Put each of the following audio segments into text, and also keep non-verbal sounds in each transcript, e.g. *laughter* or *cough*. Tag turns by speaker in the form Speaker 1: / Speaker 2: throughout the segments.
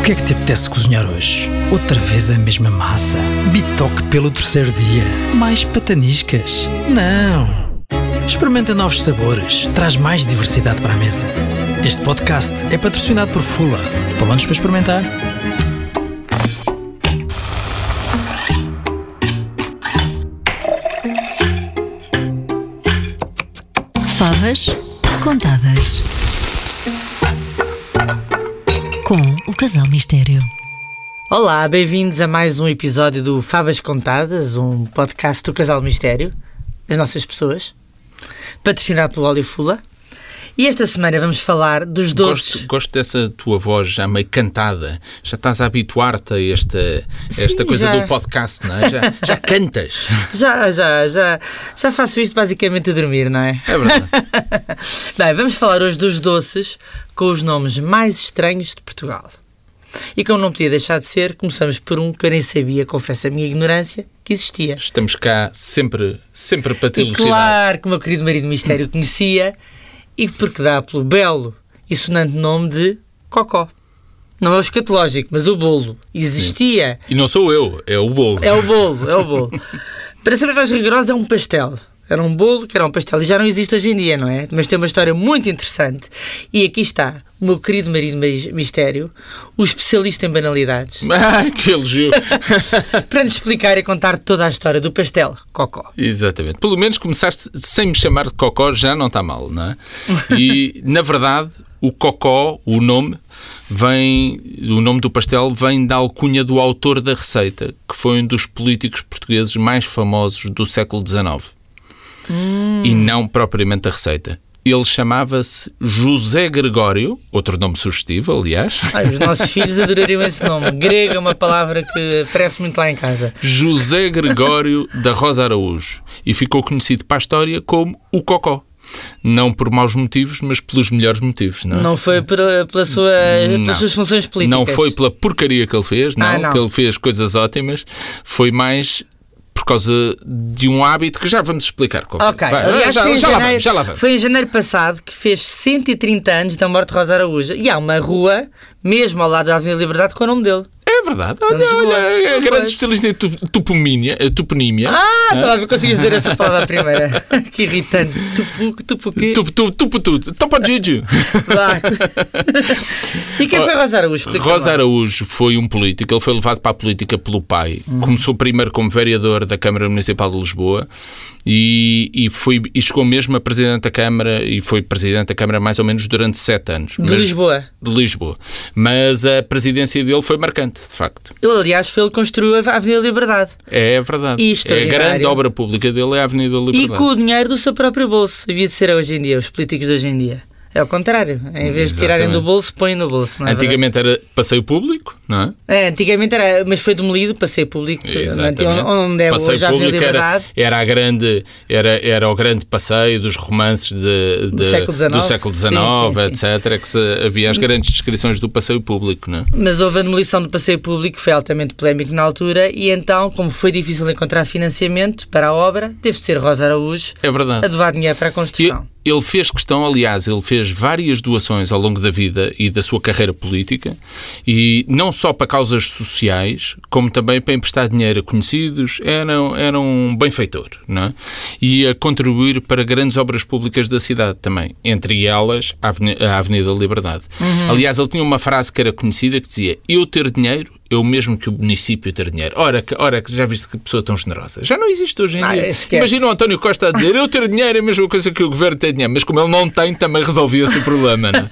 Speaker 1: O que é que te apetece cozinhar hoje? Outra vez a mesma massa? Bitoque pelo terceiro dia? Mais pataniscas? Não! Experimenta novos sabores, traz mais diversidade para a mesa. Este podcast é patrocinado por Fula. Prontos para experimentar?
Speaker 2: Favas contadas. Com o Casal Mistério.
Speaker 3: Olá, bem-vindos a mais um episódio do Favas Contadas, um podcast do Casal Mistério, as nossas pessoas, patrocinado pelo Óleo Fula. E esta semana vamos falar dos doces.
Speaker 4: Gosto, gosto dessa tua voz já meio cantada. Já estás a habituar-te a esta, a esta
Speaker 3: Sim,
Speaker 4: coisa
Speaker 3: já.
Speaker 4: do podcast, não é? Já, já cantas.
Speaker 3: Já, já, já, já faço isto basicamente a dormir, não é? *laughs*
Speaker 4: É verdade.
Speaker 3: Bem, vamos falar hoje dos doces com os nomes mais estranhos de Portugal. E como não podia deixar de ser, começamos por um que eu nem sabia, confesso a minha ignorância, que existia.
Speaker 4: Estamos cá sempre, sempre para te
Speaker 3: E
Speaker 4: elucidar.
Speaker 3: claro que o meu querido marido mistério conhecia e porque dá pelo belo e sonante nome de Cocó. Não é o escatológico, mas o bolo. Existia.
Speaker 4: E não sou eu, é o bolo. *laughs*
Speaker 3: É o bolo, é o bolo. Para ser mais rigorosa, é um pastel. Era um bolo que era um pastel e já não existe hoje em dia, não é? Mas tem uma história muito interessante. E aqui está o meu querido marido mis- mistério, o especialista em
Speaker 4: *laughs*
Speaker 3: banalidades,
Speaker 4: Ah, que elogio.
Speaker 3: para nos explicar e contar toda a história do pastel Cocó.
Speaker 4: Exatamente. Pelo menos começaste sem me chamar de Cocó, já não está mal, não é? E, na verdade, o Cocó, o nome, vem, o nome do pastel vem da alcunha do autor da receita, que foi um dos políticos portugueses mais famosos do século XIX. E não propriamente a receita. Ele chamava-se José Gregório, outro nome sugestivo, aliás.
Speaker 3: Ai, os nossos filhos adorariam esse nome. Grego é uma palavra que aparece muito lá em casa.
Speaker 4: José Gregório da Rosa Araújo e ficou conhecido para a história como o Cocó. Não por maus motivos, mas pelos melhores motivos, não é?
Speaker 3: Não foi pela, pela sua,
Speaker 4: Não.
Speaker 3: pelas suas funções políticas.
Speaker 4: Não foi pela porcaria que ele fez, não,
Speaker 3: Ah, não.
Speaker 4: que ele fez coisas ótimas, foi mais por causa de um hábito que já vamos explicar. qual foi.
Speaker 3: Ok,
Speaker 4: Vai,
Speaker 3: Aliás, foi
Speaker 4: já,
Speaker 3: em
Speaker 4: já lá
Speaker 3: janeiro-
Speaker 4: vamos, já lá vamos.
Speaker 3: Foi em janeiro passado que fez 130 anos da morte de Rosa Araújo. E há uma rua, mesmo ao lado da Avenida Liberdade, com o nome dele.
Speaker 4: É verdade, olha,
Speaker 3: Lisboa.
Speaker 4: olha, é
Speaker 3: Pois.
Speaker 4: grande especialista em tu- toponímia, eh, toponímia.
Speaker 3: Ah, estava a ver, conseguias dizer essa palavra à primeira. *laughs* que irritante. Tupu, tupu, quê?
Speaker 4: Tupo, tupo, tupo, tupo, topo
Speaker 3: *laughs*
Speaker 4: Gigi.
Speaker 3: Vá. e quem foi Rosa Araújo? Explica-me lá.
Speaker 4: Rosa Araújo foi um político, ele foi levado para a política pelo pai.
Speaker 3: Uhum.
Speaker 4: Começou primeiro como vereador da Câmara Municipal de Lisboa e, e, foi, e chegou mesmo a presidente da Câmara e foi presidente da Câmara mais ou menos durante sete anos.
Speaker 3: De
Speaker 4: Mas-
Speaker 3: Lisboa.
Speaker 4: de Lisboa. Mas a presidência dele foi marcante, de facto.
Speaker 3: Ele, aliás, foi ele que construiu a Avenida Liberdade.
Speaker 4: É verdade.
Speaker 3: E
Speaker 4: é a
Speaker 3: extraordinário.
Speaker 4: grande obra pública dele é a Avenida da
Speaker 3: E
Speaker 4: Liberdade.
Speaker 3: com o dinheiro do seu próprio bolso. Havia de ser hoje em dia, os políticos de hoje em dia. É ao contrário. Em vez de tirarem do
Speaker 4: Exatamente.
Speaker 3: bolso, põem no bolso. Não é verdade?
Speaker 4: Antigamente era passeio público, não é?
Speaker 3: É, antigamente era, mas foi demolido, passeio público,
Speaker 4: Exatamente.
Speaker 3: onde- onde é
Speaker 4: passeio
Speaker 3: hoje a Avenida
Speaker 4: público era,
Speaker 3: Liberdade.
Speaker 4: era, a grande, era, era o grande passeio dos romances de- de-
Speaker 3: século XIX.
Speaker 4: do século XIX,
Speaker 3: Sim, Uhum. sim, sim.
Speaker 4: etc. Que se- havia as grandes descrições do passeio público, não é?
Speaker 3: Mas houve a demolição do passeio público, que foi altamente polémico na altura, e então, como foi difícil encontrar financiamento para a obra, teve de ser Rosa Araújo
Speaker 4: É verdade.
Speaker 3: a doar dinheiro para a construção.
Speaker 4: E- Ele fez questão, aliás, ele fez várias doações ao longo da vida e da sua carreira política, e não só para causas sociais, como também para emprestar dinheiro a conhecidos, era, era um benfeitor, não é? E a contribuir para grandes obras públicas da cidade também, entre elas a Aveni- a Avenida Liberdade. Aliás, ele tinha uma frase que era conhecida que dizia: Eu ter dinheiro. é o mesmo que o município ter dinheiro. Ora, que, ora, que já viste que pessoa tão generosa. Já não existe hoje em
Speaker 3: Ah,
Speaker 4: dia.
Speaker 3: esquece.
Speaker 4: Imagina o António Costa a dizer eu ter dinheiro é a mesma coisa que o governo ter dinheiro, mas como ele não tem, também resolvia esse problema. Não? é?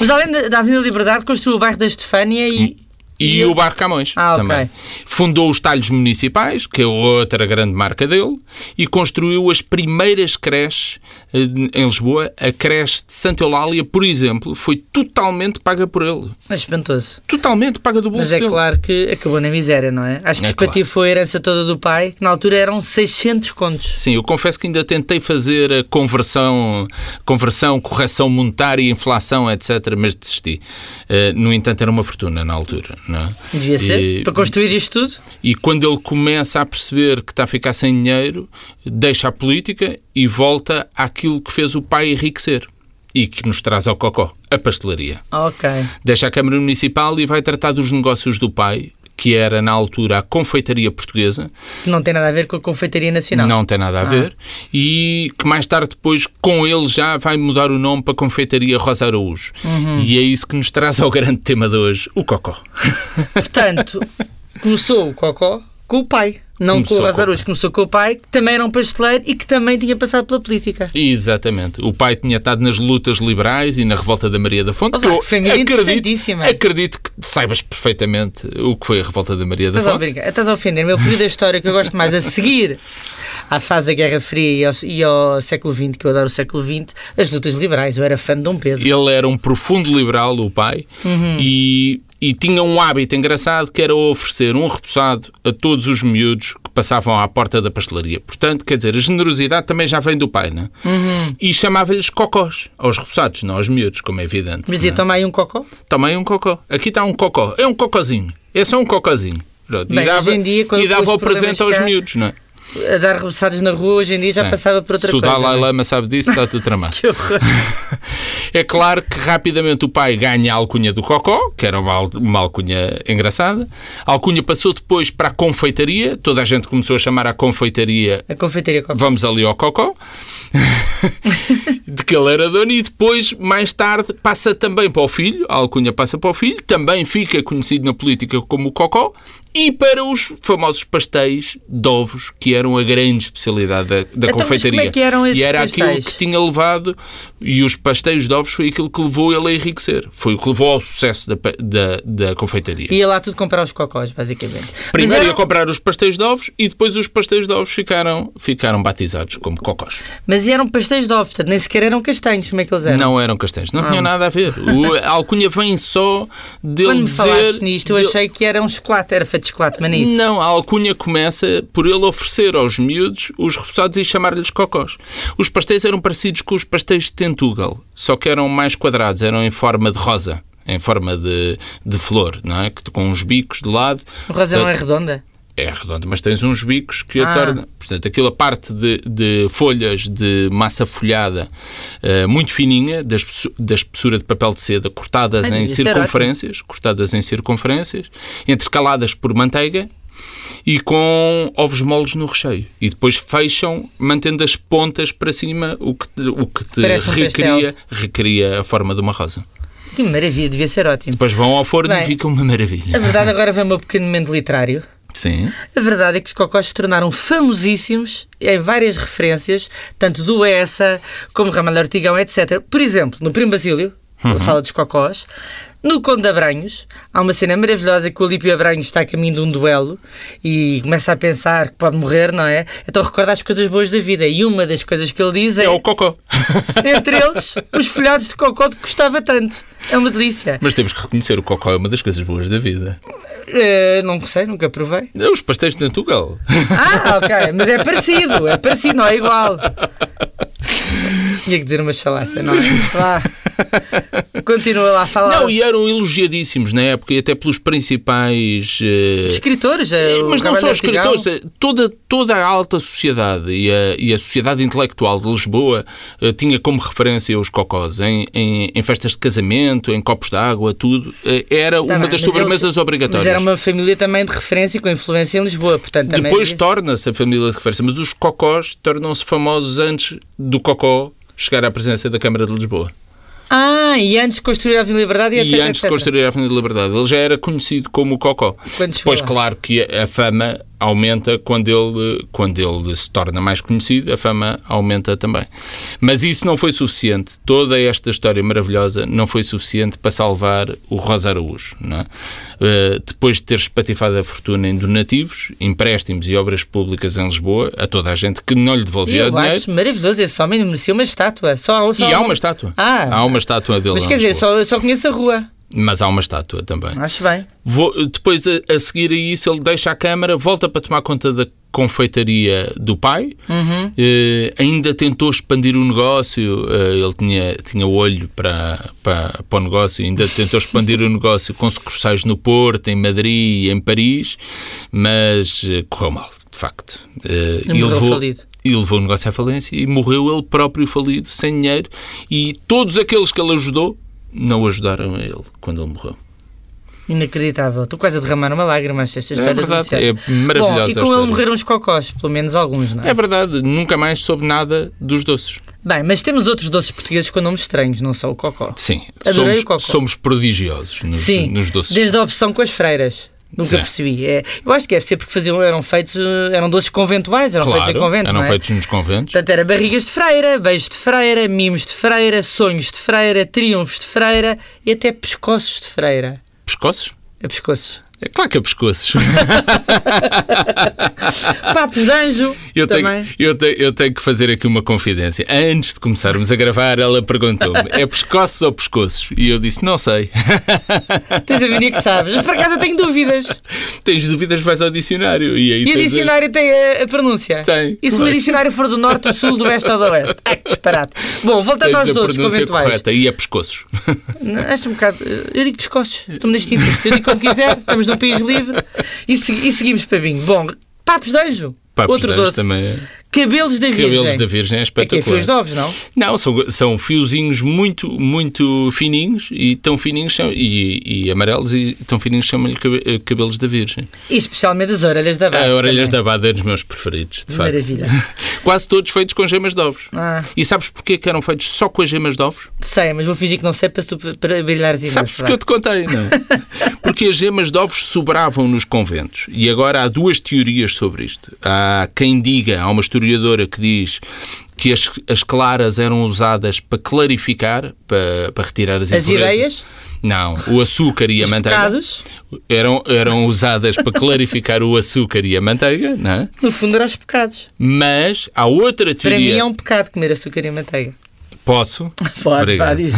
Speaker 3: Mas além da, da Avenida Liberdade, construiu o bairro da Estefânia *laughs* e.
Speaker 4: E, o Barro Camões
Speaker 3: Ah, ok.
Speaker 4: também. Fundou os Talhos Municipais, que é outra grande marca dele, e construiu as primeiras creches eh, em Lisboa. A creche de Santa Eulália, por exemplo, foi totalmente paga por ele.
Speaker 3: É espantoso.
Speaker 4: Totalmente paga do bolso
Speaker 3: Mas é
Speaker 4: dele.
Speaker 3: claro que acabou na miséria, não é? Acho que
Speaker 4: É
Speaker 3: espatifou a herança toda do pai, que na altura eram 600 contos.
Speaker 4: Sim, eu confesso que ainda tentei fazer a conversão, conversão, correção monetária, inflação, etc., mas desisti. Eh, no entanto, era uma fortuna na altura. Não é?
Speaker 3: Devia ser.
Speaker 4: E,
Speaker 3: Para construir isto tudo?
Speaker 4: e quando ele começa a perceber que está a ficar sem dinheiro, deixa a política e volta àquilo que fez o pai enriquecer. e que nos traz ao cocó, a pastelaria.
Speaker 3: Ah, Ok.
Speaker 4: Deixa a Câmara Municipal e vai tratar dos negócios do pai, que era na altura a confeitaria portuguesa,
Speaker 3: Não tem nada a ver com a Confeitaria Nacional.
Speaker 4: não, tem
Speaker 3: Ah.
Speaker 4: nada a ver, e que mais tarde depois, com ele, já vai mudar o nome para Confeitaria Rosa Araújo.
Speaker 3: Uhum.
Speaker 4: E é isso que nos traz ao grande tema de hoje, o cocó.
Speaker 3: *laughs* Portanto, começou o Cocó com o pai. Não
Speaker 4: Começou
Speaker 3: com o
Speaker 4: com o
Speaker 3: Lazarus, começou com o pai, que também era um pasteleiro e que também tinha passado pela política.
Speaker 4: Exatamente. O pai tinha estado nas lutas liberais e na revolta da Maria da Fonte.
Speaker 3: Olha,
Speaker 4: que eu
Speaker 3: que família interessantíssima.
Speaker 4: acredito que saibas perfeitamente o que foi a revolta da Maria da
Speaker 3: Estás a,
Speaker 4: Fonte.
Speaker 3: brincar, estás a ofender meu período da história que eu gosto mais a seguir à fase da Guerra Fria e ao, e ao século XX, que eu adoro o século XX, as lutas liberais. Eu era fã de Dom Pedro.
Speaker 4: Ele era um profundo liberal, o pai,
Speaker 3: Uhum.
Speaker 4: e, e tinha um hábito engraçado que era oferecer um repousado a todos os miúdos que passavam à porta da pastelaria. Portanto, quer dizer, a generosidade também já vem do pai, né?
Speaker 3: Uhum.
Speaker 4: E chamava-lhes cocós aos reposados, não aos miúdos, como é evidente.
Speaker 3: Mas dizia,
Speaker 4: né?
Speaker 3: toma aí um cocó.
Speaker 4: Também um cocó. Aqui está um cocó. É um cocozinho. É só um cocozinho. Pronto.
Speaker 3: Bem,
Speaker 4: e dava,
Speaker 3: hoje em dia, quando
Speaker 4: e dava
Speaker 3: com os
Speaker 4: o presente
Speaker 3: problemas
Speaker 4: aos
Speaker 3: cá,
Speaker 4: miúdos, não é?
Speaker 3: A dar rebuçados na rua, hoje em dia já
Speaker 4: Sim.
Speaker 3: passava por outra
Speaker 4: Se
Speaker 3: coisa.
Speaker 4: o Dalai
Speaker 3: não é?
Speaker 4: Lama sabe disso,
Speaker 3: *laughs*
Speaker 4: está tudo tramado.
Speaker 3: Que horror.
Speaker 4: é claro que rapidamente o pai ganha a alcunha do Cocó, que era uma, al- uma alcunha engraçada. A alcunha passou depois para a confeitaria. Toda a gente começou a chamar a confeitaria
Speaker 3: A confeitaria cocó.
Speaker 4: Vamos ali ao Cocó. *laughs* de que ele era dono e depois, mais tarde, passa também para o filho, a alcunha passa para o filho, também fica conhecido na política como o Cocó, e para os famosos pastéis de ovos, que eram a grande especialidade da, da
Speaker 3: mas
Speaker 4: confeitaria.
Speaker 3: como é que eram esses
Speaker 4: e era aquilo
Speaker 3: pastéis?
Speaker 4: que tinha levado, e os pastéis de ovos foi aquilo que levou ele a enriquecer, foi o que levou ao sucesso da, pa- da, da confeitaria.
Speaker 3: Ia lá tudo comprar os cocós, basicamente.
Speaker 4: Primeiro
Speaker 3: mas,
Speaker 4: ia
Speaker 3: eram,
Speaker 4: comprar os pastéis de ovos e depois os pastéis de ovos ficaram, ficaram batizados como cocós.
Speaker 3: mas eram pastéis de ovos, portanto, nem sequer eram castanhos, como é que eles eram?
Speaker 4: Não eram castanhos, não tinha nada
Speaker 3: *laughs*
Speaker 4: a ver. O, a alcunha vem só dele
Speaker 3: Quando me
Speaker 4: dizer.
Speaker 3: falaste nisto, eu
Speaker 4: dele-
Speaker 3: achei que era um chocolate, era feito de chocolate, mas não é isso.
Speaker 4: Não, a alcunha começa por ele oferecer aos miúdos os repousados e chamar-lhes cocós. Os pastéis eram parecidos com os pastéis de Tentugal, só que eram mais quadrados, eram em forma de rosa, em forma de, de flor, não é? Que- Com uns bicos de lado.
Speaker 3: O rosa não é redonda?
Speaker 4: É redonda, mas tens uns bicos que
Speaker 3: Ah.
Speaker 4: a torna. Portanto, aquela parte de, de folhas de massa folhada eh, muito fininha, da espesso- da espessura de papel de seda, cortadas
Speaker 3: Ai,
Speaker 4: em
Speaker 3: isso é era
Speaker 4: circunferências, cortadas em circunferências, intercaladas por manteiga e com ovos moles no recheio. E depois fecham, mantendo as pontas para cima, o que, te- o que te
Speaker 3: Parece um
Speaker 4: recria, recria a forma de uma rosa.
Speaker 3: Que maravilha, devia ser ótimo.
Speaker 4: Depois vão ao forno
Speaker 3: Bem.
Speaker 4: e fica uma
Speaker 3: A
Speaker 4: maravilha.
Speaker 3: verdade agora vem o meu pequeno momento literário.
Speaker 4: Sim.
Speaker 3: A verdade é que os cocós se tornaram famosíssimos em várias referências, tanto do ESA como Ramalho Ortigão, etc. Por exemplo, no Primo Basílio, ele fala dos cocós. No Conde de Abranhos, há uma cena maravilhosa que o Olímpio Abranhos está a caminho de um duelo e começa a pensar que pode morrer, não é? Então recorda as coisas boas da vida. E uma das coisas que ele diz é,
Speaker 4: É o cocó. *laughs*
Speaker 3: entre eles, os folhados de cocó que custava tanto. É uma delícia.
Speaker 4: Mas temos que reconhecer o cocó é uma das coisas boas da vida.
Speaker 3: Eh, não sei, nunca provei.
Speaker 4: Não, Os pastéis de Portugal.
Speaker 3: *laughs* Ah, ok, mas é parecido, é parecido, não é igual. Tinha que dizer uma chalaça, não é? Vá. Continua lá a falar.
Speaker 4: Não, e eram elogiadíssimos na época e até pelos principais. eh,
Speaker 3: Escritores, eh, o
Speaker 4: Mas não
Speaker 3: Ramalho
Speaker 4: só os
Speaker 3: Ortigão.
Speaker 4: escritores, eh, toda, toda a alta sociedade e a, e a sociedade intelectual de Lisboa eh, tinha como referência os cocós em, em- em festas de casamento, em copos de água, tudo. Eh, Era
Speaker 3: Tá
Speaker 4: uma
Speaker 3: bem,
Speaker 4: das
Speaker 3: mas eles-
Speaker 4: sobremesas obrigatórias.
Speaker 3: Mas era uma família também de referência e com influência em Lisboa, portanto também.
Speaker 4: Depois torna-se a família de referência, mas os cocós tornam-se famosos antes do cocó chegar à presença da Câmara de Lisboa.
Speaker 3: Ah, e antes de construir a Avenida Liberdade e etc.
Speaker 4: E antes de
Speaker 3: etc.
Speaker 4: construir a Avenida da Liberdade, ele já era conhecido como o Cocó.
Speaker 3: Quando chegou
Speaker 4: Depois,
Speaker 3: lá.
Speaker 4: claro que a a fama aumenta quando ele, quando ele se torna mais conhecido, a fama aumenta também. Mas isso não foi suficiente. Toda esta história maravilhosa não foi suficiente para salvar o Rosa Araújo. não é? Eh, depois de ter espatifado a fortuna em donativos, empréstimos e obras públicas em Lisboa, a toda a gente que não lhe
Speaker 3: E
Speaker 4: devolvia o
Speaker 3: eu
Speaker 4: dinheiro.
Speaker 3: acho maravilhoso, esse homem merecia uma estátua. Só, só
Speaker 4: E há uma estátua.
Speaker 3: Ah.
Speaker 4: há uma estátua dele.
Speaker 3: Mas
Speaker 4: em
Speaker 3: quer dizer,
Speaker 4: Lisboa.
Speaker 3: só, eu só conheço a rua.
Speaker 4: Mas há uma estátua também.
Speaker 3: Acho bem.
Speaker 4: Vou- depois, a, a seguir a isso, ele deixa a Câmara, volta para tomar conta da confeitaria do pai,
Speaker 3: Uhum.
Speaker 4: Eh, ainda tentou expandir o negócio, eh, ele tinha, tinha olho para, para, para o negócio, ainda tentou expandir
Speaker 3: *laughs*
Speaker 4: o negócio com sucursais no Porto, em Madrid, em Paris, mas eh, correu mal, de facto. Eh,
Speaker 3: Morreu falido.
Speaker 4: e levou o negócio à falência e morreu ele próprio falido, sem dinheiro, e todos aqueles que ele ajudou não ajudaram a ele quando ele morreu.
Speaker 3: Inacreditável. Estou quase a derramar uma lágrima, acho esta história.
Speaker 4: É verdade,
Speaker 3: do Luciano.
Speaker 4: é maravilhosa
Speaker 3: Bom, e
Speaker 4: esta
Speaker 3: com ele
Speaker 4: história.
Speaker 3: morreram os cocós, pelo menos alguns, não é?
Speaker 4: É verdade, nunca mais soube nada dos doces.
Speaker 3: Bem, mas temos outros doces portugueses com nomes estranhos, não só o cocó.
Speaker 4: Sim,
Speaker 3: Adorei o cocó.
Speaker 4: somos, somos prodigiosos nos,
Speaker 3: Sim,
Speaker 4: nos doces.
Speaker 3: desde a opção com as freiras. Nunca
Speaker 4: Sim.
Speaker 3: percebi. É, eu acho que deve ser porque faziam, eram feitos, eh, eram doces conventuais, eram
Speaker 4: claro,
Speaker 3: feitos em conventos,
Speaker 4: eram
Speaker 3: não é?
Speaker 4: feitos nos conventos.
Speaker 3: Portanto, era barrigas de freira, beijos de freira, mimos de freira, sonhos de freira, triunfos de freira e até pescoços de freira.
Speaker 4: Pescoços?
Speaker 3: É pescoços.
Speaker 4: É claro que é pescoços. *laughs*
Speaker 3: Papos de anjo
Speaker 4: Ah. Eu tenho,
Speaker 3: também.
Speaker 4: eu, tenho, eu tenho que fazer aqui uma confidência. Antes de começarmos a gravar, ela perguntou-me: é pescoços ou pescoços? E eu disse: não sei. *laughs*
Speaker 3: Tens a mania que sabes. Mas por acaso eu tenho dúvidas.
Speaker 4: Tens dúvidas, vais ao dicionário. E, aí
Speaker 3: E o
Speaker 4: tens as-
Speaker 3: dicionário tem a, a pronúncia?
Speaker 4: Tem.
Speaker 3: E se o
Speaker 4: Vai.
Speaker 3: dicionário for do norte, do sul, do oeste ou do oeste? É que disparate. Bom, voltando
Speaker 4: tens
Speaker 3: então, aos
Speaker 4: a
Speaker 3: doces
Speaker 4: pronúncia
Speaker 3: conventuais.
Speaker 4: correta. E é pescoços. *laughs*
Speaker 3: Não, Acho um bocado. Eu digo pescoços, estou-me nas tintas. Eu digo como quiser, estamos num país livre e, segui- e seguimos para mim. Bom, papos de anjo.
Speaker 4: Papos
Speaker 3: Outro
Speaker 4: de anjo
Speaker 3: doce.
Speaker 4: também é.
Speaker 3: Cabelos da Virgem.
Speaker 4: Cabelos da Virgem é
Speaker 3: É que é
Speaker 4: espetacular.
Speaker 3: fios de ovos, não?
Speaker 4: Não, são, são fiozinhos muito, muito fininhos e tão fininhos são- e, e amarelos e tão fininhos chamam-lhe cabe- eh, cabelos da Virgem.
Speaker 3: E especialmente as orelhas da vaca.
Speaker 4: Ah, orelhas
Speaker 3: também.
Speaker 4: da Bada é dos meus preferidos, de facto.
Speaker 3: tá Maravilha.
Speaker 4: *laughs* Quase todos feitos com gemas de ovos.
Speaker 3: Ah.
Speaker 4: E sabes porquê que eram feitos só com as gemas de ovos?
Speaker 3: Sei, mas vou fingir que não sei para, tu, para brilhares imenso.
Speaker 4: Sabes porque
Speaker 3: vá.
Speaker 4: eu te contei, não?
Speaker 3: *laughs*
Speaker 4: é? Porque as gemas de ovos sobravam nos conventos. E agora há duas teorias sobre isto. Há quem diga, há uma historiadora que diz que as, as claras eram usadas para clarificar, para, para retirar as,
Speaker 3: As
Speaker 4: impurezas.
Speaker 3: ideias?
Speaker 4: Não, o açúcar e a
Speaker 3: Os
Speaker 4: manteiga
Speaker 3: pecados,
Speaker 4: eram, eram usadas para clarificar o açúcar e a manteiga, não é?
Speaker 3: no fundo, eram os pecados.
Speaker 4: Mas há outra
Speaker 3: Para mim
Speaker 4: teoria.
Speaker 3: é um pecado comer açúcar e manteiga. *laughs* Ah,
Speaker 4: Posso?
Speaker 3: Pode,
Speaker 4: Obrigado.
Speaker 3: pode.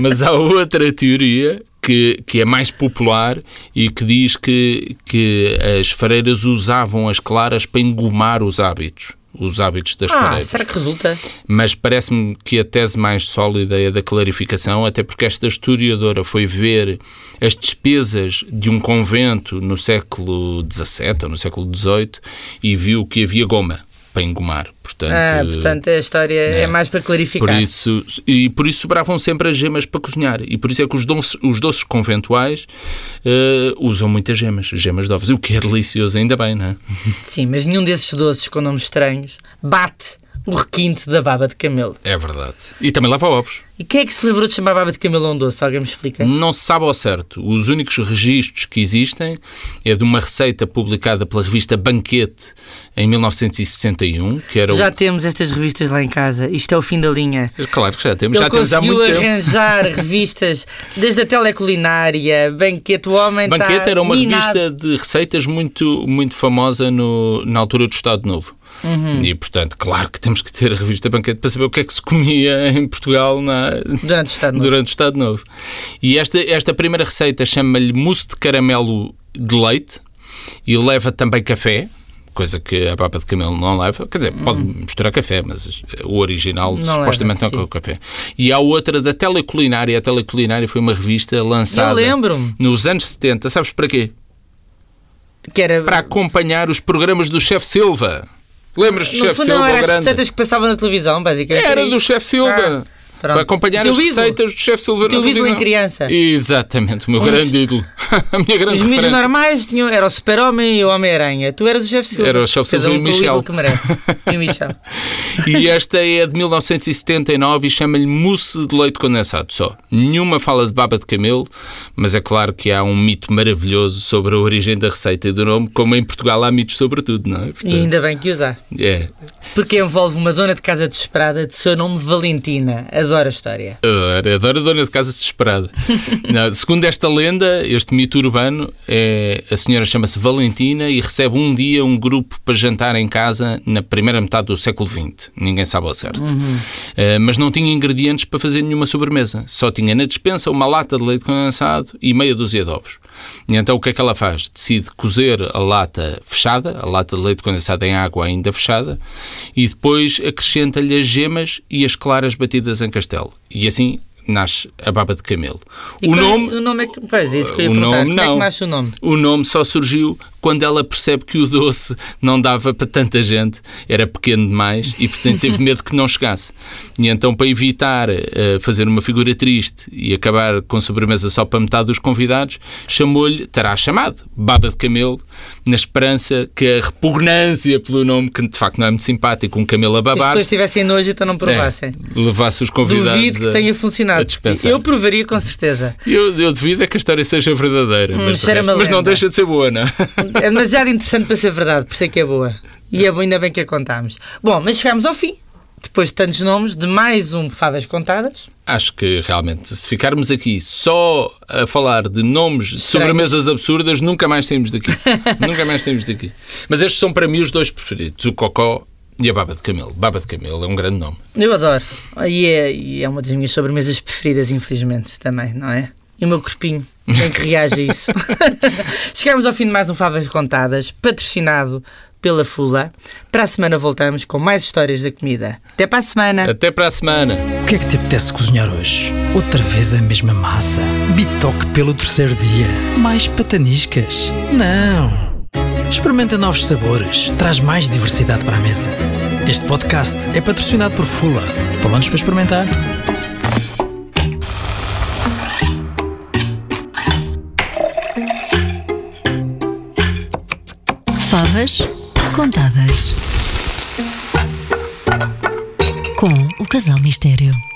Speaker 4: Mas há outra teoria que, que é mais popular e que diz que, que as freiras usavam as claras para engomar os hábitos. Os hábitos das
Speaker 3: Ah,
Speaker 4: freiras.
Speaker 3: será que resulta?
Speaker 4: Mas parece-me que a tese mais sólida é a da clarificação, até porque esta historiadora foi ver as despesas de um convento no século XVII ou no século XVIII e viu que havia goma para engomar. Portanto, né.
Speaker 3: Ah, portanto, a história é, mais para clarificar.
Speaker 4: por isso, e por isso sobravam sempre as gemas para cozinhar. E por isso é que os doces, os doces conventuais eh, usam muitas gemas, gemas de ovos. E o que é delicioso, ainda bem, não é?
Speaker 3: Sim, mas nenhum desses doces com nomes estranhos bate o requinte da baba de camelo.
Speaker 4: É verdade. E também lava ovos.
Speaker 3: E quem é que se lembrou de chamar baba de camelo a um doce? Alguém me explica?
Speaker 4: Não se sabe ao certo. Os únicos registros que existem é de uma receita publicada pela revista Banquete em 1961, que era o.
Speaker 3: Já temos estas revistas lá em casa. Isto é o fim da linha.
Speaker 4: Claro que já temos,
Speaker 3: Ele
Speaker 4: já temos há
Speaker 3: conseguiu
Speaker 4: muito tempo. *laughs*
Speaker 3: arranjar revistas desde a teleculinária, banquete, o homem está
Speaker 4: Banquete era uma
Speaker 3: minado.
Speaker 4: revista de receitas muito, muito famosa no- na altura do Estado Novo. E, portanto, claro que temos que ter a revista Banquete para saber o que é que se comia em Portugal na-
Speaker 3: Durante o Estado Novo.
Speaker 4: durante o Estado Novo. E esta, esta primeira receita chama-lhe mousse de caramelo de leite e leva também café, coisa que a papa de camelo não leva. Quer dizer, pode misturar café, mas eh, o original
Speaker 3: Hum. Não
Speaker 4: supostamente
Speaker 3: leva,
Speaker 4: não é com café. E há outra da Teleculinária. A Teleculinária foi uma revista lançada
Speaker 3: lembro-me.
Speaker 4: nos anos 70. Sabes para quê?
Speaker 3: Que era,
Speaker 4: para acompanhar os programas do Chefe Silva. Lembras do
Speaker 3: no
Speaker 4: Chefe
Speaker 3: fundo, não
Speaker 4: Silva? o
Speaker 3: eram as
Speaker 4: grande?
Speaker 3: receitas que passavam na televisão, basicamente.
Speaker 4: Era
Speaker 3: isto.
Speaker 4: do Chefe Silva.
Speaker 3: Ah, pronto.
Speaker 4: para acompanhar
Speaker 3: Teu
Speaker 4: as
Speaker 3: ídolo.
Speaker 4: receitas do Chefe Silva
Speaker 3: Teu
Speaker 4: na
Speaker 3: ídolo
Speaker 4: televisão.
Speaker 3: em criança.
Speaker 4: Exatamente, o meu grande ídolo. *laughs* A minha grande
Speaker 3: Os miúdos
Speaker 4: referência.
Speaker 3: normais tinham, era o Super-Homem e o Homem-Aranha. Tu eras o Jeff Silva.
Speaker 4: Era o Jeff
Speaker 3: Cada
Speaker 4: Silva e
Speaker 3: um
Speaker 4: o
Speaker 3: com
Speaker 4: Michel.
Speaker 3: ídolo que merece. E o
Speaker 4: *laughs*
Speaker 3: Michel.
Speaker 4: E esta é de 1979 e chama-lhe mousse de leite condensado só. Nenhuma fala de baba de camelo, mas é claro que há um mito maravilhoso sobre a origem da receita e do nome, como em Portugal há mitos sobre tudo, não é?
Speaker 3: E ainda bem que usar.
Speaker 4: é.
Speaker 3: Porque envolve uma dona de casa desesperada de seu nome Valentina. Adoro a história.
Speaker 4: Adoro, adoro a dona de casa desesperada. Não, segundo esta lenda, este mito urbano, é, a senhora chama-se Valentina e recebe um dia um grupo para jantar em casa na primeira metade do século XX. Ninguém sabe ao certo. Eh, mas não tinha ingredientes para fazer nenhuma sobremesa. Só tinha na despensa uma lata de leite condensado e meia dúzia de ovos. E então o que é que ela faz? Decide cozer a lata fechada, a lata de leite condensado em água ainda fechada, e depois acrescenta-lhe as gemas e as claras batidas em castelo. E assim nasce a baba de camelo.
Speaker 3: E
Speaker 4: o
Speaker 3: qual é-
Speaker 4: nome,
Speaker 3: o nome é que. Pois, é isso que eu ia
Speaker 4: o
Speaker 3: perguntar.
Speaker 4: nome
Speaker 3: Como é
Speaker 4: não.
Speaker 3: que nasce o nome?
Speaker 4: o nome só surgiu quando ela percebe que o doce não dava para tanta gente, era pequeno demais e,
Speaker 3: *laughs*
Speaker 4: portanto, teve medo que não chegasse. E então, para evitar eh, fazer uma figura triste e acabar com sobremesa só para metade dos convidados, chamou-lhe, terá chamado, Baba de Camelo, na esperança que a repugnância pelo nome, que de facto não é muito simpático, um camelo a
Speaker 3: As
Speaker 4: babar,
Speaker 3: pessoas tivessem nojo e então não provassem.
Speaker 4: levasse os convidados
Speaker 3: Duvido que
Speaker 4: a-
Speaker 3: tenha
Speaker 4: É. a
Speaker 3: funcionado.
Speaker 4: dispensar.
Speaker 3: Eu provaria com certeza.
Speaker 4: Eu, eu duvido é que a história seja verdadeira,
Speaker 3: Hum,
Speaker 4: mas, de
Speaker 3: cheira-me
Speaker 4: resto-
Speaker 3: a
Speaker 4: mas não
Speaker 3: lenda.
Speaker 4: deixa de ser boa, não
Speaker 3: *laughs*
Speaker 4: é?
Speaker 3: É demasiado interessante para ser verdade, por isso é que é boa. E é bom, ainda bem que a contámos. Bom, mas chegámos ao fim, depois de tantos nomes, de mais um Favas Contadas.
Speaker 4: Acho que realmente, se ficarmos aqui só a falar de nomes de sobremesas absurdas, nunca mais saímos daqui. nunca mais saímos daqui. Mas estes são para mim os dois preferidos: o Cocó e a Baba de Camelo. Baba de Camelo é um grande nome.
Speaker 3: Eu adoro. E é, e é uma das minhas sobremesas preferidas, infelizmente, também, não é? E o meu corpinho, em que reage a isso. Chegámos ao fim de mais um Favas Contadas, patrocinado pela Fula. Para a semana voltamos com mais histórias da comida. Até para a semana!
Speaker 4: Até para a semana.
Speaker 1: O que é que te apetece cozinhar hoje? Outra vez a mesma massa? Bitoque pelo terceiro dia? Mais pataniscas? Não! Experimenta novos sabores, traz mais diversidade para a mesa. Este podcast é patrocinado por Fula. Palões para experimentar?
Speaker 2: Favas contadas. Com o Casal Mistério.